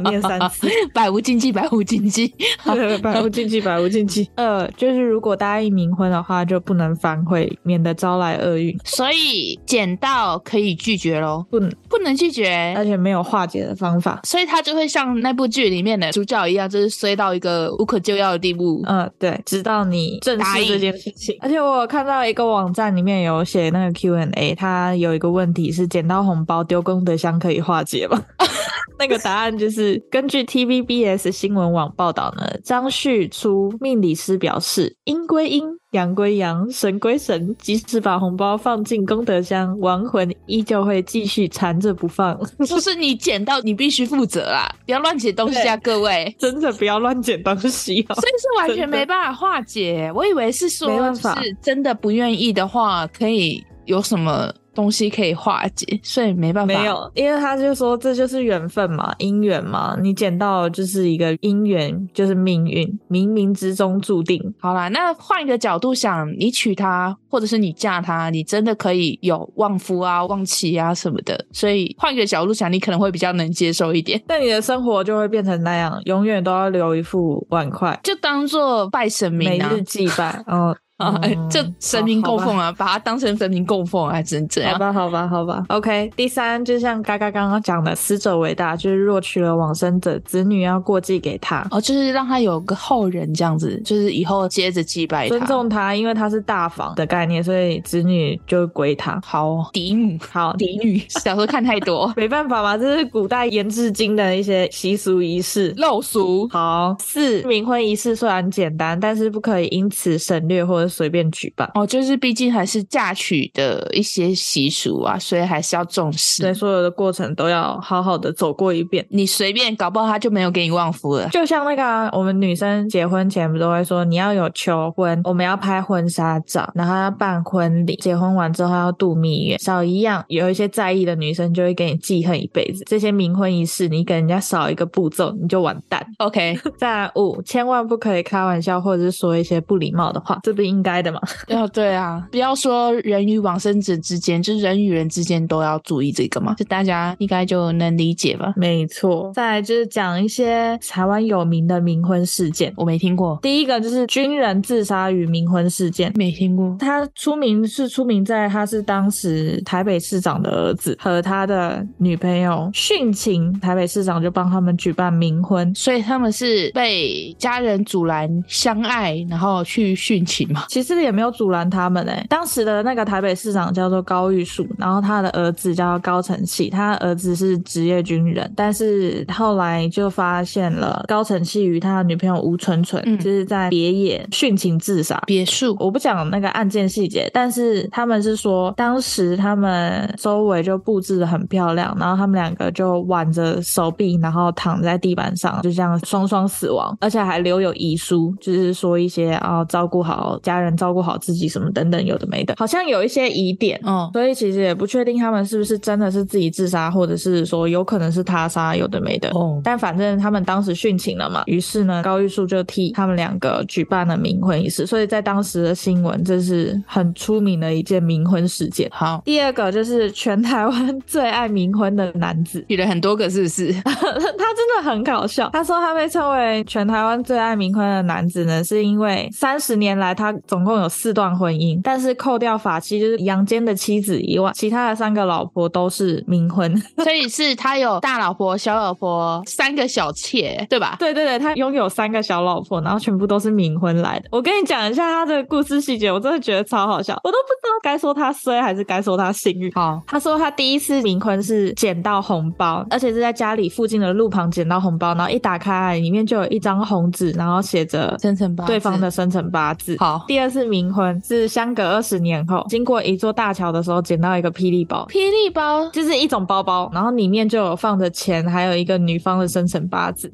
Speaker 1: 念三 次。
Speaker 2: 百无禁忌，百无禁忌。
Speaker 1: 对，百无禁忌，百无禁忌。二呃就是如果答应冥婚的话，就不能反悔，免得招来厄运，
Speaker 2: 所以捡到可以拒绝喽，
Speaker 1: 不能，
Speaker 2: 不能拒
Speaker 1: 而
Speaker 2: 绝。
Speaker 1: 且没有化解的方法。
Speaker 2: 所以他就会像那部剧里面的主角一样，就是衰到一个无可救药的地步。
Speaker 1: 嗯，对，直到你正
Speaker 2: 答
Speaker 1: 视
Speaker 2: 应
Speaker 1: 这件事情。而且我有看到一个网站里面有写那个 Q&A，它有一个问题是捡到红包丢功德箱可以化解吗？ 那个答案就是根据 TVBS 新闻网报道呢，张旭初命理师表示，阴归阴，阳归阳，神归神，即使把红包放进功德箱，亡魂依旧会继续缠着不放。。
Speaker 2: 就是你捡到，你必须负责啦，不要乱捡东西啊，各位
Speaker 1: 真的不要乱捡东西哦
Speaker 2: 所。以是完全
Speaker 1: 真的
Speaker 2: 没办法化解，我以为是说，
Speaker 1: 没办
Speaker 2: 就
Speaker 1: 法
Speaker 2: 是真的不愿意的话，可以有什么东西可以化解，所以没办法。
Speaker 1: 没有，因为他就说这就是缘分嘛，姻缘嘛，你捡到就是一个姻缘，就是命运，冥冥之中注定。
Speaker 2: 好啦，那换一个角度想，你娶她，或者是你嫁她，你真的可以有旺夫啊、旺妻啊什么的。所以换一个角度想，你可能会比较能接受一点。
Speaker 1: 但你的生活就会变成那样，永远都要留一副碗筷，
Speaker 2: 就当做拜神
Speaker 1: 每
Speaker 2: 明啊
Speaker 1: 日，祭 拜。哦，
Speaker 2: 啊，哎
Speaker 1: 嗯
Speaker 2: 这神明供奉啊，把它当成神明供奉啊，只能这
Speaker 1: 好
Speaker 2: 样。
Speaker 1: 吧，好吧，好吧。OK，第三，就像嘎嘎刚刚讲的，死者为大，就是若娶了往生者，子女要过继给他，
Speaker 2: 哦，就是让他有个后人这样子，就是以后接着祭拜他。
Speaker 1: 尊重他，因为他是大房的概念，所以子女就归他。
Speaker 2: 好哦嫡母、
Speaker 1: 好，
Speaker 2: 嫡 女，小时候看太多
Speaker 1: ，没办法嘛，这是古代延至今的一些习俗仪式。
Speaker 2: 陋俗。
Speaker 1: 好，四冥婚仪式虽然简单，但是不可以因此省略或者随便举办。
Speaker 2: 哦，就是毕竟还是嫁娶的一些习俗啊，所以还是要重
Speaker 1: 对，
Speaker 2: 视。
Speaker 1: 所有的过程都要好好的走过一遍。
Speaker 2: 你随便搞不好他就没有给你旺夫了。
Speaker 1: 就像那个啊、我们女生结婚前不都会说，你要有求婚，我们要拍婚纱照，然后要办婚礼，结婚完之后要度蜜月，少一样，有一些在意的女生就会给你记恨一辈子。这些冥婚仪式，你给人家少一个步骤，你就完蛋。
Speaker 2: OK，
Speaker 1: 再来五，千万不可以开玩笑或者是说一些不礼貌的话，这不应该的嘛？
Speaker 2: 哦，对啊，不要说人与往生者之间，就是人与人之间都要注意这个嘛，就大家应该就能理解吧？
Speaker 1: 没错。再来就是讲一些台湾有名的冥婚事件。
Speaker 2: 我没听过，
Speaker 1: 第一个就是军人自杀与冥婚事件，
Speaker 2: 没听过。
Speaker 1: 他出名是出名在他是当时台北市长的儿子和他的女朋友殉情，台北市长就帮他们举办冥婚。
Speaker 2: 所以他们是被家人阻拦相爱，然后去殉情嘛？
Speaker 1: 其实也没有阻拦他们诶、欸当时的那个台北市长叫做高玉树，然后他的儿子叫高承器，他儿子是职业军人，但是后来就发现了高承器与他的女朋友吴纯纯、
Speaker 2: 嗯
Speaker 1: 就是在别野殉情自杀，
Speaker 2: 别墅
Speaker 1: 我不讲那个案件细节，但是他们是说，当时他们周围就布置的很漂亮，然后他们两个就挽着手臂，然后躺在地板上，就这样双双死亡，而且还留有遗书，就是说一些啊、照顾好家人，照顾好自己什么等等，有的没的，好像有一些疑点。
Speaker 2: 哦，
Speaker 1: 所以其实也不确定他们是不是真的是自己自杀，或者是说有可能是他杀，有的没的。
Speaker 2: 哦
Speaker 1: 但反正他们当时殉情了嘛，于是呢，高玉树就替他们两个举办了冥婚仪式，所以在当时的新闻，这是很出名的一件冥婚事件。
Speaker 2: 好，
Speaker 1: 第二个就是全台湾最爱冥婚的男子，
Speaker 2: 娶了很多个是不 是？
Speaker 1: 他真的很搞笑。他说他被称为全台湾最爱冥婚的男子呢，是因为三十年来他总共有四段婚姻，但是扣掉法妻就是阳间的妻子以外，其他的三个老婆都是冥婚。
Speaker 2: 所以是他有大老婆、小老婆、三个小妾，对吧？
Speaker 1: 对对对，他拥有三个小老婆，然后全部都是冥婚来的。我跟你讲一下他的故事细节，我真的觉得超好笑，我都不知道该说他衰还是该说他幸运。
Speaker 2: 好，
Speaker 1: 他说他第一次冥婚是捡到红包，而且是在家里附近的路旁捡到红包，然后一打开里面就有一张红纸，然后写着
Speaker 2: 生辰八字
Speaker 1: 对方的生辰八字。
Speaker 2: 好
Speaker 1: 第二次冥婚是相隔二十年后，经过一座大桥的时候捡到一个霹雳包。
Speaker 2: 霹雳包，
Speaker 1: 就是一种包包，然后里面就有放着钱，还有一个女方的生辰八字。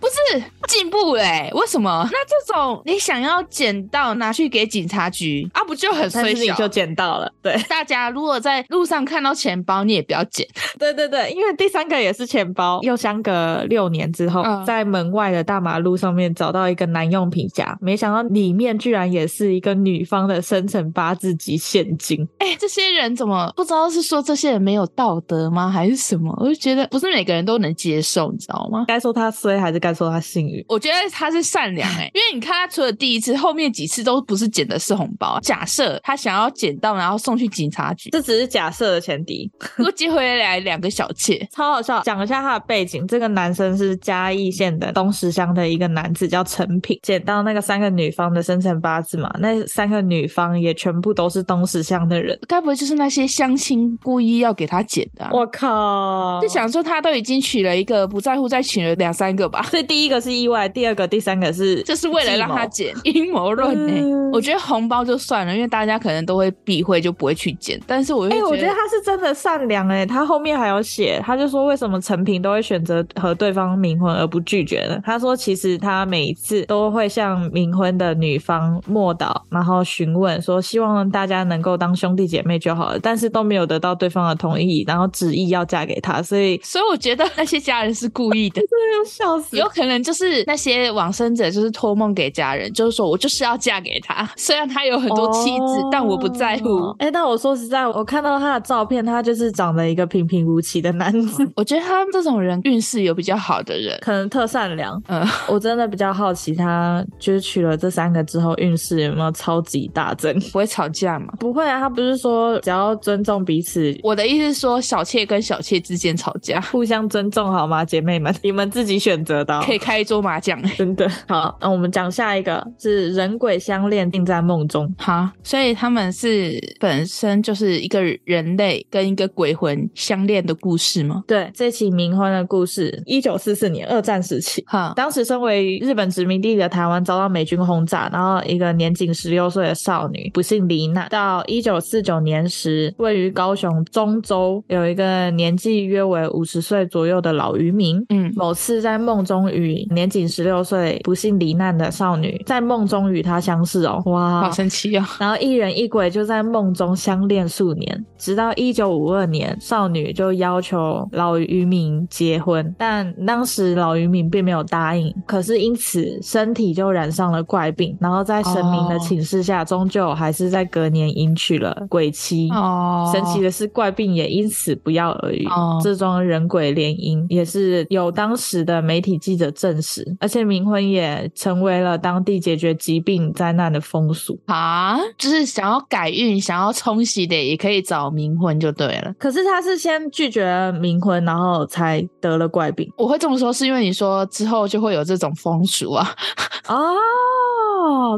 Speaker 2: 不是进步嘞、欸为什么？那这种你想要捡到拿去给警察局啊，不就很
Speaker 1: 但是
Speaker 2: 衰
Speaker 1: 你
Speaker 2: 小？
Speaker 1: 就捡到了，对
Speaker 2: 大家如果在路上看到钱包，你也不要捡。
Speaker 1: 对对对，因为第三个也是钱包，又相隔六年之后，
Speaker 2: 嗯
Speaker 1: 在门外的大马路上面找到一个男用皮夹，没想到里面居然也是一个女方的生辰八字及现金。
Speaker 2: 哎这些人怎么不知道是说这些人没有道德吗，还是什么？我就觉得不是每个人都能接受，你知道吗？
Speaker 1: 该说他衰还是该说他幸运？
Speaker 2: 我觉得他是善良哎、因为你看他除了第一次，后面几次都不是捡的是红包。假设他想要捡到，然后送去警察局，
Speaker 1: 这只是假设的前提，
Speaker 2: 又接回来两个小妾，
Speaker 1: 超好笑。讲一下他的背景，这个男生是嘉义县的东石乡的一个男子，叫陈品。捡到那个三个女方的生辰八字嘛，那三个女方也全部都是东石乡的人。
Speaker 2: 该不会就是那些乡亲故意要给他捡的、啊？
Speaker 1: 我靠！
Speaker 2: 就想说他都已经娶了一个，不在乎再娶了两三个吧。
Speaker 1: 所以第一个是意外，第二个、第三个是
Speaker 2: 这是为了让
Speaker 1: 计哎
Speaker 2: 他捡 阴谋论呢、
Speaker 1: 嗯
Speaker 2: 我觉得红包就算了，因为大家可能都会避讳，就不会去捡。但是我
Speaker 1: 谋。哎、
Speaker 2: 又
Speaker 1: 我
Speaker 2: 觉
Speaker 1: 觉得他是真的善良哎、他后面还有写，他就说为什么陈平都会选择和对方冥婚而不拒绝呢？他说其实他每一次都会向冥婚的女方向莫导，然后询问说希望大家能够当兄弟姐妹就好了，但是都没有得到对方的同意，然后执意要嫁给他，所以
Speaker 2: 所以我觉得那些家人是故 意的，
Speaker 1: 真的笑死
Speaker 2: 有可能就是那些往生者就是托梦给家人，就是说我就是要嫁给他，虽然他有很多妻子，但我不在乎。
Speaker 1: 哦哎、但我说实在，我看到他的照片，他就是长得一个平平无奇的男子，
Speaker 2: 我觉得他这种人运势有比较好的人，
Speaker 1: 可能特善良。
Speaker 2: 嗯，
Speaker 1: 我真的比较好奇他，就是取了这三个之后，运势有没有超级大增？
Speaker 2: 不会吵架嘛。
Speaker 1: 不会啊，他不是说只要尊重彼此，
Speaker 2: 我的意思是说，小妾跟小妾之间吵架，
Speaker 1: 互相尊重好吗，姐妹们？你 们自己选择的哦、
Speaker 2: 可以开一桌麻将。欸
Speaker 1: 真的好，那我们讲下一个是人鬼相恋，定在梦中。
Speaker 2: 好，所以他们是本身就是一个人类跟一个鬼魂相恋的故事吗？
Speaker 1: 对，这起冥婚的故事，一九四四年二战时期，
Speaker 2: 哈，
Speaker 1: 当时身为日本殖民地的台湾遭到美军轰炸，然后一个年仅十六岁的少女不幸罹难。到一九四九年时，位于高雄中州有一个年纪约为五十岁左右的老渔民。
Speaker 2: 嗯，
Speaker 1: 某次在梦中与年仅十六岁不幸罹难的少女在梦中与她相识哦，哇
Speaker 2: 好，神奇哦。
Speaker 1: 然后一人一鬼就在梦中相恋数年，直到一九五二年，少女就要求老渔民结婚，但当时老渔民并没有答应。可是因此身体就染上了怪病，然后在神明的
Speaker 2: 哦
Speaker 1: 请示下，终究还是在隔年迎娶了鬼妻。
Speaker 2: 哦，
Speaker 1: 神奇的是，怪病也因此不药而愈。
Speaker 2: 哦
Speaker 1: 这桩人鬼联姻也是有当时的媒体记者证实，而且冥婚也成为了当地解决疾病灾难的风俗。
Speaker 2: 啊，就是想要改运、想要冲洗的，也可以找冥婚就对了。
Speaker 1: 可是他是先拒绝了冥婚，然后才得了怪病
Speaker 2: 我会这么说，是因为你说之后就会有这种风俗啊，
Speaker 1: 哦。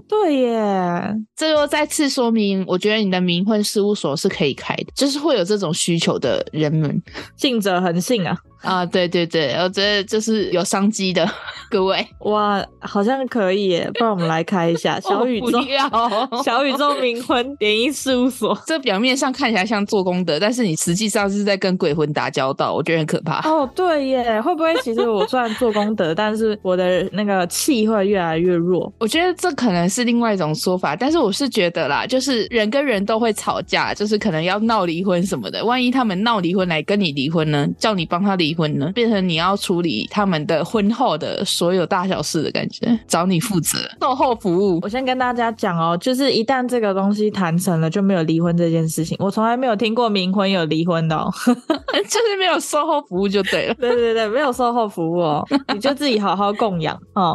Speaker 1: 对耶，
Speaker 2: 这又再次说明，我觉得你的冥婚事务所是可以开的，就是会有这种需求的人们
Speaker 1: 信者恒信啊！
Speaker 2: 啊，对对对，我觉得就是有商机的 各位，
Speaker 1: 哇，好像可以耶，不然我们来开一 下小宇宙
Speaker 2: 我不要
Speaker 1: 小宇宙冥婚联姻事务所。
Speaker 2: 这表面上看起来像做功德，但是你实际上是在跟鬼魂打交道，我觉得很可怕。
Speaker 1: 哦，对耶，会不会其实我虽然做功德，但是我的那个气会越来越弱？
Speaker 2: 我觉得这可能是另外一种说法，但是我是觉得啦，就是人跟人都会吵架，就是可能要闹离婚什么的。万一他们闹离婚来跟你离婚呢，叫你帮他离婚呢，变成你要处理他们的婚后的所有大小事的感觉，找你负责，售后服务。
Speaker 1: 我先跟大家讲哦，就是一旦这个东西谈成了，就没有离婚这件事情。我从来没有听过冥婚有离婚的哦。
Speaker 2: 就是没有售后服务就对了。
Speaker 1: 对对对，没有售后服务哦，你就自己好好供养哦，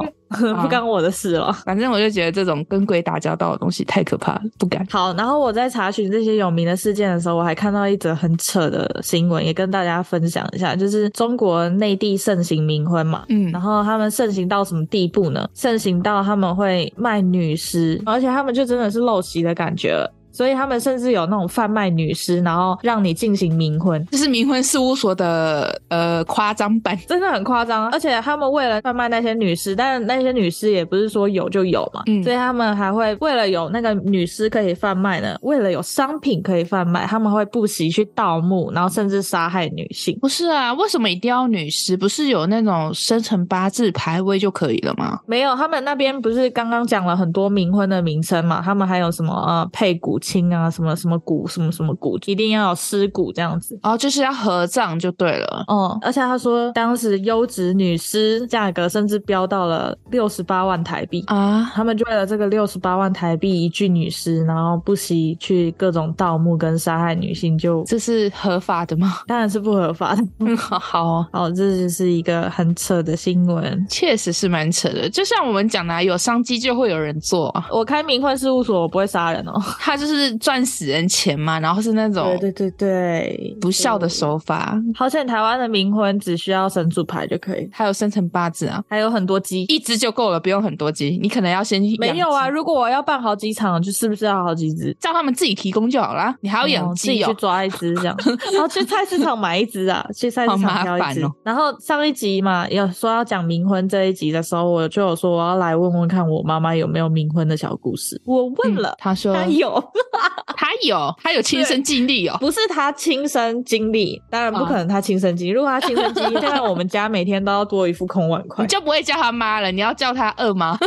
Speaker 1: 不干我的事了。
Speaker 2: 反正我就觉得这种跟鬼打交道的东西太可怕了，不敢。
Speaker 1: 好，然后我在查询这些有名的事件的时候，我还看到一则很扯的新闻，也跟大家分享一下，就是中国内地盛行冥婚嘛，
Speaker 2: 嗯
Speaker 1: 然，后他们盛行到什么地步呢？盛行到他们会卖女尸，而且他们就真的是陋习的感觉了。所以他们甚至有那种贩卖女尸，然后让你进行冥婚，
Speaker 2: 这是冥婚事务所的呃夸张版。
Speaker 1: 真的很夸张。而且他们为了贩卖那些女尸，但那些女尸也不是说有就有嘛，
Speaker 2: 嗯
Speaker 1: 所以他们还会为了有那个女尸可以贩卖呢，为了有商品可以贩卖，他们会不惜去盗墓，然后甚至杀害女性。
Speaker 2: 不是啊，为什么一定要女尸？不是有那种生辰八字排位就可以了吗？
Speaker 1: 没有，他们那边不是刚刚讲了很多冥婚的名称嘛？他们还有什么呃配骨亲啊，什么什么骨，什么什么骨，一定要有尸骨这样子。
Speaker 2: 哦，就是要合葬就对了。
Speaker 1: 哦、而且他说当时优质女尸价格甚至飙到了六十八万台币
Speaker 2: 啊，
Speaker 1: 他们就为了这个六十八万台币一具女尸，然后不惜去各种盗墓跟杀害女性就，
Speaker 2: 这是合法的吗？
Speaker 1: 当然是不合法的。
Speaker 2: 嗯，好好哦、
Speaker 1: 好，这就是一个很扯的新闻。
Speaker 2: 确实是蛮扯的。就像我们讲的、啊，有商机就会有人做啊。
Speaker 1: 我开冥婚事务所，我不会杀人哦。
Speaker 2: 他就是赚死人钱嘛，然后是那种
Speaker 1: 对对对对，
Speaker 2: 不孝的
Speaker 1: 候。
Speaker 2: 手法，
Speaker 1: 好险，台湾的冥婚只需要神主牌就可以，
Speaker 2: 还有生辰八字啊，
Speaker 1: 还有很多鸡。
Speaker 2: 一只就够了，不用很多鸡。你可能要先养
Speaker 1: 没有啊，
Speaker 2: 鸡，
Speaker 1: 如果我要办好几场，就是不是要好几只？
Speaker 2: 叫他们自己提供就好啦。你还要养
Speaker 1: 哦自
Speaker 2: 鸡
Speaker 1: 己去
Speaker 2: 哦，
Speaker 1: 抓一只这样，然后去菜市场买一只啊，去菜市
Speaker 2: 好麻
Speaker 1: 场挑一只
Speaker 2: 烦哦。
Speaker 1: 然后上一集嘛，有说要讲冥婚这一集的时候，我就有说我要来问问看我妈妈有没有冥婚的小故事。我问
Speaker 2: 嗯
Speaker 1: 了，
Speaker 2: 他说
Speaker 1: 她有，
Speaker 2: 他有，他有亲身经历哦。
Speaker 1: 不是她亲身经历，当然不
Speaker 2: 啊
Speaker 1: 可能她亲身经历。如果她亲身经 历，现在我们家每天都要多一副空碗筷
Speaker 2: 你。就不会叫他妈了，你要叫他二妈。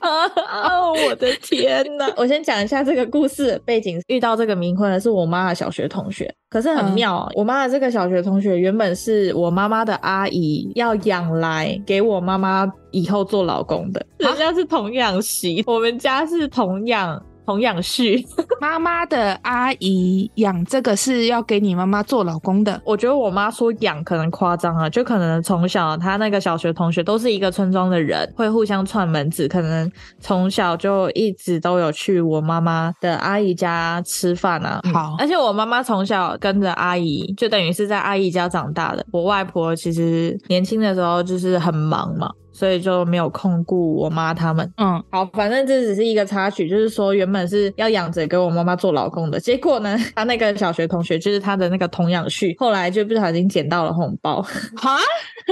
Speaker 1: 哦，我的天哪！我先讲一下这个故事的背景。遇到这个冥婚的是我妈的小学同学，可是很妙、哦我妈的这个小学同学原本是我妈妈的阿姨要养来给我妈妈以后做老公的，人家是童养媳，我们家是童养童养婿。
Speaker 2: 妈妈的阿姨养这个是要给你妈妈做老公的，
Speaker 1: 我觉得我妈说养可能夸张啊了，就可能从小她那个小学同学都是一个村庄的人，会互相串门子，可能从小就一直都有去我妈妈的阿姨家吃饭啊。
Speaker 2: 好
Speaker 1: 而且我妈妈从小跟着阿姨，就等于是在阿姨家长大的。我外婆其实年轻的时候就是很忙嘛，所以就没有空顾我妈他们。
Speaker 2: 嗯，
Speaker 1: 好，反正这只是一个插曲，就是说原本是要养着给我妈妈做老公的，结果呢，她那个小学同学就是她的那个童养婿，后来就不小心捡到了红包，
Speaker 2: 哈，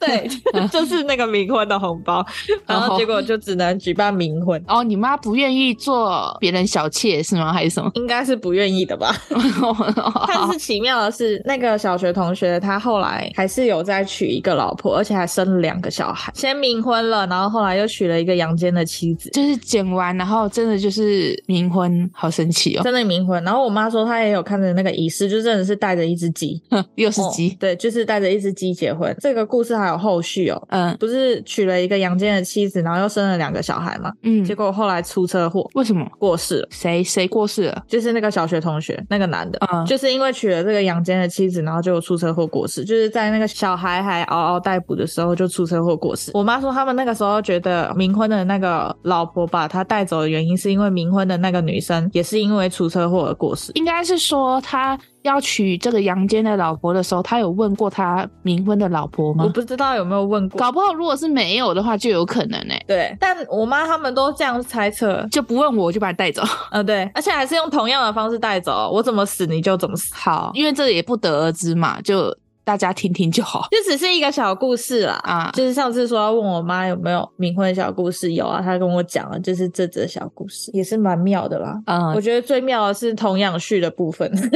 Speaker 1: 对， 就是那个冥婚的红包，哦然
Speaker 2: 然后
Speaker 1: 后结果就只能举办冥婚，
Speaker 2: 哦，你妈不愿意做别人小妾是吗？还是 什么？
Speaker 1: 应该是不愿意的吧。 但是奇妙的是，那个小学同学他后来还是有再娶一个老婆，而且还生了两个小孩，先冥婚了，然后后来又娶了一个阳间的妻子。
Speaker 2: 就是剪完，然后真的就是冥婚，好神奇哦！
Speaker 1: 真的冥婚，然后我妈说她也有看着那个仪式，就真的是带着一只鸡，
Speaker 2: 又是
Speaker 1: 哦
Speaker 2: 鸡，
Speaker 1: 对，就是带着一只鸡结婚。这个故事还有后续哦，
Speaker 2: 嗯
Speaker 1: 不是娶了一个阳间的妻子，然后又生了两个小孩嘛，
Speaker 2: 嗯
Speaker 1: 结，果后来出车祸
Speaker 2: 为什么？
Speaker 1: 过世了，
Speaker 2: 谁谁过世了？
Speaker 1: 就是那个小学同学那个男的，
Speaker 2: 嗯，
Speaker 1: 就是因为娶了这个阳间的妻子，然后就出车祸过世，就是在那个小孩还嗷嗷待哺的时候就出车祸过世。我妈说他们那个时候觉得冥婚的那个老婆把他带走的原因，是因为冥婚的那个女生也是因为出车祸而过世。
Speaker 2: 应该是说他要娶这个阳间的老婆的时候，他有问过他冥婚的老婆
Speaker 1: 我
Speaker 2: 吗？
Speaker 1: 不知道有没有问过。
Speaker 2: 搞不好如果是没有的话，就有可能欸呢、
Speaker 1: 对，但我妈他们都这样猜测，
Speaker 2: 就不问我就把你带走。
Speaker 1: 呃，对，而且还是用同样的方式带走，我怎么死你就怎么死，
Speaker 2: 好，因为这也不得而知嘛，就大家听听就好
Speaker 1: 这只是一个小故事啦。
Speaker 2: 啊。
Speaker 1: 就是上次说要问我妈有没有冥婚的小故事，有啊，她跟我讲了，就是这则小故事也是蛮妙的啦。我
Speaker 2: 嗯，
Speaker 1: 觉得最妙的是童养婿的部分，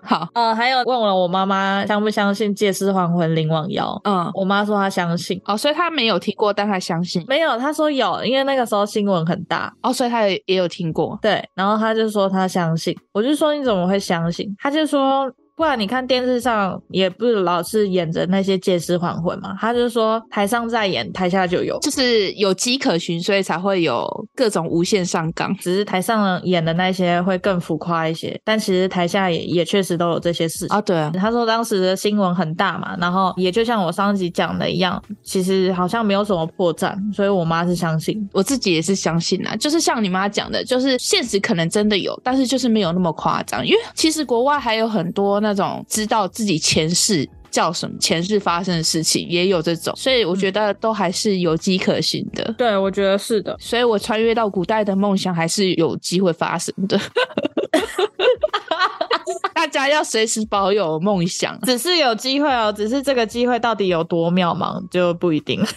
Speaker 2: 好，
Speaker 1: 呃，还有问了我妈妈相不相信借尸还魂灵王妖，
Speaker 2: 嗯，
Speaker 1: 我妈说她相信，
Speaker 2: 哦，所以他没有听过，但他相信。
Speaker 1: 没有，她说有，因为那个时候新闻很大，
Speaker 2: 哦，所以他也也有听过。
Speaker 1: 对，然后他就说他相信，我就说你怎么会相信？他就说，不然你看电视上也不是老是演着那些借尸还魂嘛，他就说台上在演，台下就有。
Speaker 2: 就是有迹可循，所以才会有各种无限上纲。
Speaker 1: 只是台上演的那些会更浮夸一些，但其实台下也也确实都有这些事情。
Speaker 2: 啊，对啊，
Speaker 1: 他说当时的新闻很大嘛，然后也就像我上一集讲的一样，其实好像没有什么破绽，所以我妈是相信。
Speaker 2: 我自己也是相信啦，就是像你妈讲的，就是现实可能真的有，但是就是没有那么夸张。因为其实国外还有很多那种知道自己前世叫什么、前世发生的事情，也有这种，所以我觉得都还是有迹可循的。
Speaker 1: 对，我觉得是的。
Speaker 2: 所以我穿越到古代的梦想还是有机会发生的。 大家要随时保有梦想
Speaker 1: 只是有机会哦，只是这个机会到底有多渺茫就不一定了。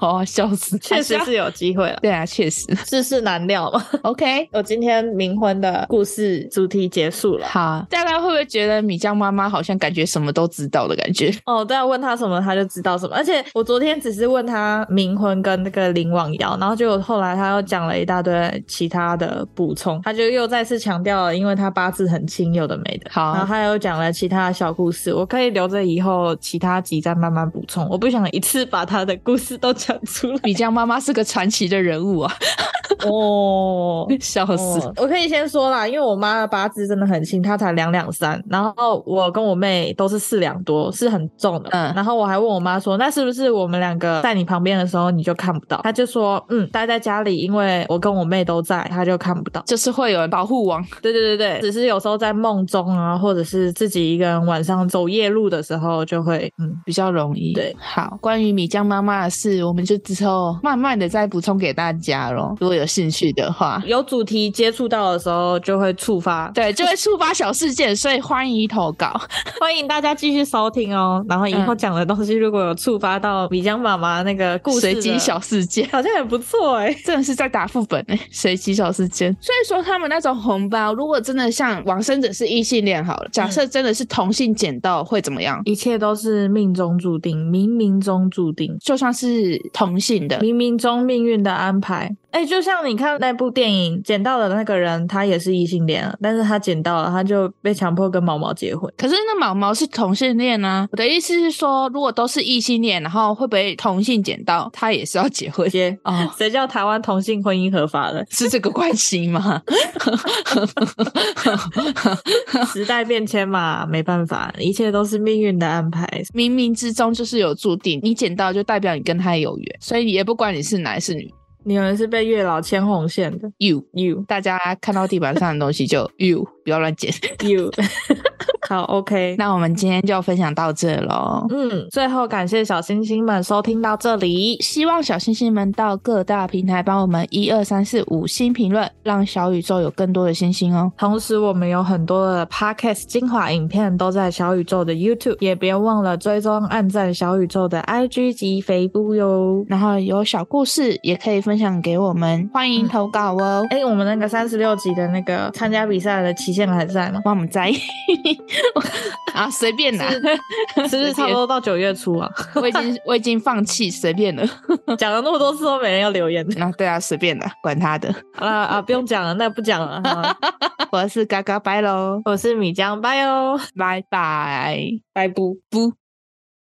Speaker 2: 哦，笑死！
Speaker 1: 确实
Speaker 2: 大家，
Speaker 1: 是有机会了，
Speaker 2: 对啊，确实。
Speaker 1: 世事难料嘛。
Speaker 2: OK，
Speaker 1: 我今天冥婚的故事主题结束了。
Speaker 2: 好，大家会不会觉得米酱妈妈好像感觉什么都知道的感觉？
Speaker 1: 哦，对啊，问他什么他就知道什么，而且我昨天只是问他冥婚跟那个灵网谣，然后结果后来他又讲了一大堆其他的补充，他就又再次强调了，因为他八字很轻，有的没的。
Speaker 2: 好
Speaker 1: 然后他又讲了其他的小故事，我可以留着以后其他集再慢慢补充，我不想一次把他的故事都讲出来。
Speaker 2: 米酱妈妈是个传奇的人物啊，
Speaker 1: 哦，
Speaker 2: 笑 死！
Speaker 1: 哦我可以先说啦，因为我妈的八字真的很轻，她才两两三，然后我跟我妹都是四两多，是很重的。
Speaker 2: 嗯
Speaker 1: 然后我还问我妈说，那是不是我们两个在你旁边的时候你就看不到？她就说，嗯，待在家里，因为我跟我妹都在，她就看不到。
Speaker 2: 就是会有保护网，
Speaker 1: 对对对对，只是有时候在梦中啊，或者是自己一个人晚上走夜路的时候，就会嗯。
Speaker 2: 比较容易。
Speaker 1: 对，
Speaker 2: 好，关于米酱妈妈的事，我们就之后慢慢的再补充给大家咯。如果有兴趣的话，
Speaker 1: 有主题接触到的时候，就会触发。
Speaker 2: 对，就会触发小事件，所以欢迎投稿。
Speaker 1: 欢迎大家继续收听哦。然后以后
Speaker 2: 嗯
Speaker 1: 讲的东西，如果有触发到米江妈妈那个故事
Speaker 2: 随
Speaker 1: 的，
Speaker 2: 机小事件。
Speaker 1: 好像也不错哎、
Speaker 2: 真的是在打副本哎、欸，随机小事件。所以说他们那种红包，如果真的像往生者是异性恋好了，假设真的是同性捡到会怎么样？
Speaker 1: 一切都是命中注定，冥冥中注定，
Speaker 2: 就算是同性的，
Speaker 1: 冥冥中命运的安排。哎、就像你看那部电影，捡到的那个人他也是异性恋啊，但是他捡到了，他就被强迫跟毛毛结婚。
Speaker 2: 可是那毛毛是同性恋呢、我的意思是说，如果都是异性恋，然后会不会同性捡到他也是要结婚？
Speaker 1: 结，
Speaker 2: 哦，？
Speaker 1: 谁叫台湾同性婚姻合法的
Speaker 2: 是这个关系吗？
Speaker 1: 时代变迁嘛，没办法，一切都是命运的安排。
Speaker 2: 冥冥之中就是有注定，你捡到就代表你跟他有缘，所以也不管你是男是女
Speaker 1: 你们是被月老牵红线的
Speaker 2: ，you。
Speaker 1: ，you
Speaker 2: 大家看到地板上的东西就 you，不要乱捡。
Speaker 1: you。好，OK，
Speaker 2: 那我们今天就分享到这喽。
Speaker 1: 嗯，最后感谢小星星们收听到这里，
Speaker 2: 希望小星星们到各大平台帮我们一二三四五星评论，让小宇宙有更多的星星哦。
Speaker 1: 同时我们有很多的 podcast 精华影片都在小宇宙的 YouTube，也别忘了追踪、按赞小宇宙的 IG 及 Facebook 哟。
Speaker 2: 然后有小故事也可以分享给我们，欢迎投稿哦。
Speaker 1: 哎、我们那个三十六集的那个参加比赛的期限还在 吗？
Speaker 2: 帮我们摘 啊，随便啦，
Speaker 1: 是不是差不多到九月初啊？
Speaker 2: 我已经我已经放弃，随便了。
Speaker 1: 讲了那么多次都没人要留言，
Speaker 2: 啊，对啊，随便啦，管他的。
Speaker 1: 啊啊，不用讲了，那不讲了。 好
Speaker 2: 我是嘎嘎拜喽，
Speaker 1: 我是米江，拜哦，
Speaker 2: 拜拜，
Speaker 1: 拜不。
Speaker 2: 不。